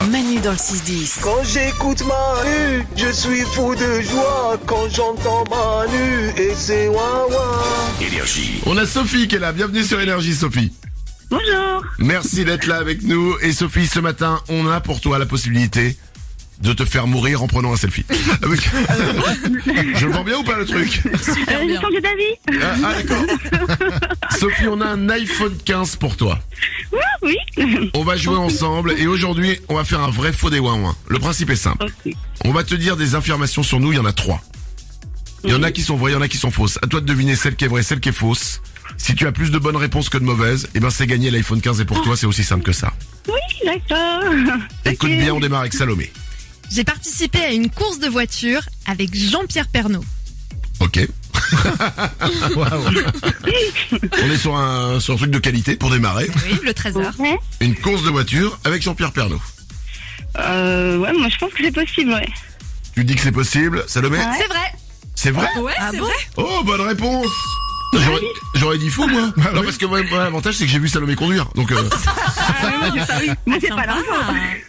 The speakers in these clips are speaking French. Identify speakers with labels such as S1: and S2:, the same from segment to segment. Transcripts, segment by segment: S1: bienvenue dans le 6-10.
S2: Quand j'écoute Manu, je suis fou de joie. Quand j'entends Manu et ses wawa.
S3: Énergie.
S4: On a Sophie qui est là. Bienvenue sur Énergie, Sophie.
S5: Bonjour.
S4: Merci d'être là avec nous. Et Sophie, ce matin, on a pour toi la possibilité de te faire mourir en prenant un selfie. Avec- Je le vends bien ou pas le truc
S5: Euh, j'ai changé d'avis.
S4: Ah, ah, d'accord. Sophie, on a un iPhone 15 pour toi.
S5: Ah, oui.
S4: On va jouer ensemble et aujourd'hui, on va faire un vrai faux des ouin Le principe est simple.
S5: Ok.
S4: On va te dire des affirmations sur nous, il y en a trois. Il y en a qui sont vraies, il y en a qui sont fausses. À toi de deviner celle qui est vraie, celle qui est fausse. Si tu as plus de bonnes réponses que de mauvaises, eh ben c'est gagné l'iPhone 15 et pour toi c'est aussi simple que ça.
S5: Oui, d'accord.
S4: Écoute
S5: Ok.
S4: bien, on démarre avec Salomé.
S6: J'ai participé à une course de voiture avec Jean-Pierre Pernaud.
S4: Ok. on est sur un, sur un truc de qualité pour démarrer.
S6: Oui, le trésor.
S5: Ouais.
S4: Une course de voiture avec Jean-Pierre Pernaut.
S5: Euh, ouais, moi je pense que c'est possible, ouais.
S4: Tu dis que c'est possible, Salomé
S5: Ouais.
S6: C'est vrai. Ah
S4: C'est vrai
S6: Ouais, c'est vrai.
S4: Oh, bonne réponse J'aurais- J'aurais dit fou moi. non, parce que moi, moi, l'avantage c'est que j'ai vu Salomé conduire. Donc, euh,
S6: Ah
S5: Moi Bah, c'est pas
S6: Sympa.
S5: là.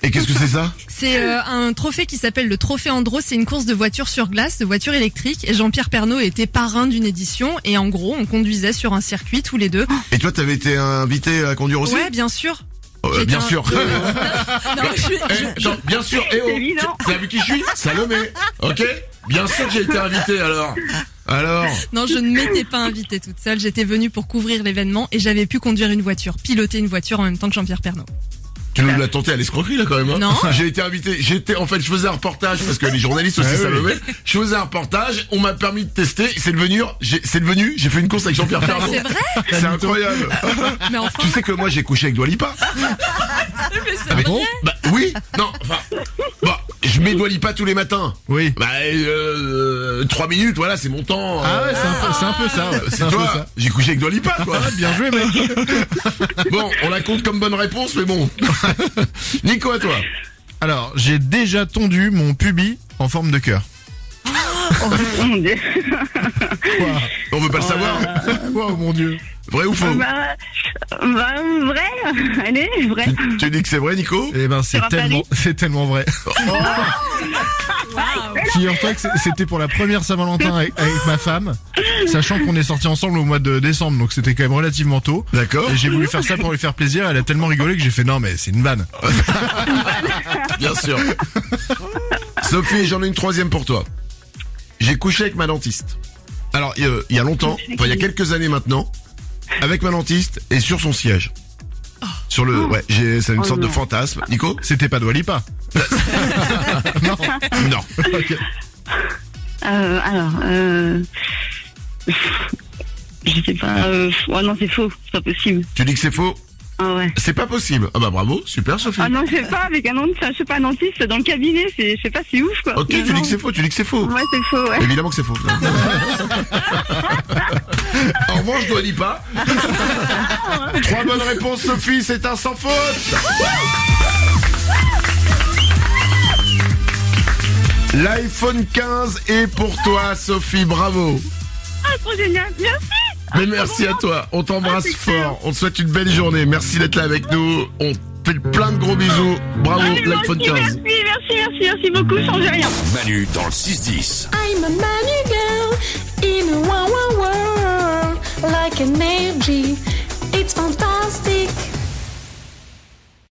S4: et qu'est-ce que c'est ça
S6: C'est euh, un trophée qui s'appelle le Trophée Andro. C'est une course de voiture sur glace, de voiture électrique. Et Jean-Pierre Pernaud était parrain d'une édition. Et en gros, on conduisait sur un circuit tous les deux.
S4: Et toi, t'avais été invité à conduire aussi
S6: ouais, bien sûr.
S4: Euh,
S6: j'étais
S4: Bien
S6: un-
S4: sûr.
S6: Non,
S4: Eh,
S6: je-
S4: attends, bien sûr. Eh oh,
S5: C'est évident.
S4: tu- t'as vu qui je suis Salomé. Ok Bien sûr que j'ai été invité alors. Alors,
S6: non, je ne m'étais pas invitée toute seule. J'étais venue pour couvrir l'événement et j'avais pu conduire une voiture, piloter une voiture en même temps que Jean-Pierre Pernaud.
S4: tu nous l'as tenté à l'escroquerie là quand même. hein.
S6: Non.
S4: J'ai été invité. J'étais en fait, je faisais un reportage parce que les journalistes aussi Salomé. Je faisais un reportage. On m'a permis de tester. C'est devenu. j'ai- C'est devenu. J'ai fait une course avec Jean-Pierre Pernaut.
S6: C'est vrai
S4: C'est incroyable.
S6: Mais enfin,
S4: Tu sais que moi j'ai couché avec Dwalipa
S6: mais c'est
S4: Ah, mais-
S6: vrai.
S4: Bah oui, non, enfin, bah, je mets Dwalipa tous les matins.
S7: Oui.
S4: Bah, euh, 3 minutes, voilà, c'est mon temps.
S7: Ah
S4: euh,
S7: ouais, c'est un peu, c'est un peu ça. ouais. C'est
S4: c'est
S7: un peu
S4: toi,
S7: ça. Ah,
S4: j'ai couché avec Dwalipa, quoi.
S7: Bien joué, mec.
S4: Bon, on la compte comme bonne réponse, mais bon. Nico, à toi.
S7: Alors, j'ai déjà tondu mon pubis en forme de cœur.
S5: Mon Dieu.
S4: On veut pas le savoir.
S7: Wow, mon dieu.
S4: Vrai ou faux
S5: Bah, bah, vrai. Allez, vrai.
S4: tu, tu dis que c'est vrai, Nico
S7: Eh ben, c'est
S5: Sur un
S7: tellement,
S5: pari.
S7: c'est tellement vrai. Figure-toi que c'est- c'était pour la première Saint-Valentin avec, avec ma femme, sachant qu'on est sortis ensemble au mois de décembre, donc c'était quand même relativement tôt.
S4: D'accord,
S7: Et j'ai voulu faire ça pour lui faire plaisir, elle a tellement rigolé que j'ai fait non mais c'est une vanne.
S4: bien sûr. Sophie, j'en ai une troisième pour toi. J'ai couché avec ma dentiste. Alors, il y a- il y a longtemps, enfin, il y a quelques années maintenant, avec ma dentiste et sur son siège. Sur le, ouais, j'ai, c'est une sorte de fantasme. Nico?
S7: C'était pas Dwalipa.
S4: Non.
S5: Euh, alors, euh. Je sais pas. Euh... Oh non, c'est faux. C'est pas possible.
S4: Tu dis que c'est faux?
S5: Ah ouais.
S4: C'est pas possible. Ah bah bravo, super Sophie.
S5: Ah non, je sais pas, avec un dentiste, je sais pas, un dentiste dans le cabinet, c'est, je sais pas, c'est ouf quoi.
S4: ok, tu dis
S5: Ah Non. Ah.
S4: que c'est faux, tu dis que c'est faux.
S5: Ouais, c'est faux, ouais.
S4: Évidemment que c'est faux. en revanche, je ne dis pas.
S5: Ah
S4: Trois bonnes réponses, Sophie, c'est un sans faute. L'iPhone 15 est pour toi, Sophie, bravo.
S5: Ah, trop génial, merci.
S4: Mais merci à toi, on
S5: Ah,
S4: t'embrasse fort, on te souhaite une belle journée, merci d'être là avec nous, on te fait plein de gros bisous, bravo
S5: Ah, mais moi
S4: l'iPhone
S5: aussi,
S4: 15.
S5: Merci, merci, merci, merci beaucoup, changez rien.
S3: Manu dans le 6-10.
S8: I'm a Manu girl in a wow wow world like an energy. It's fantastic.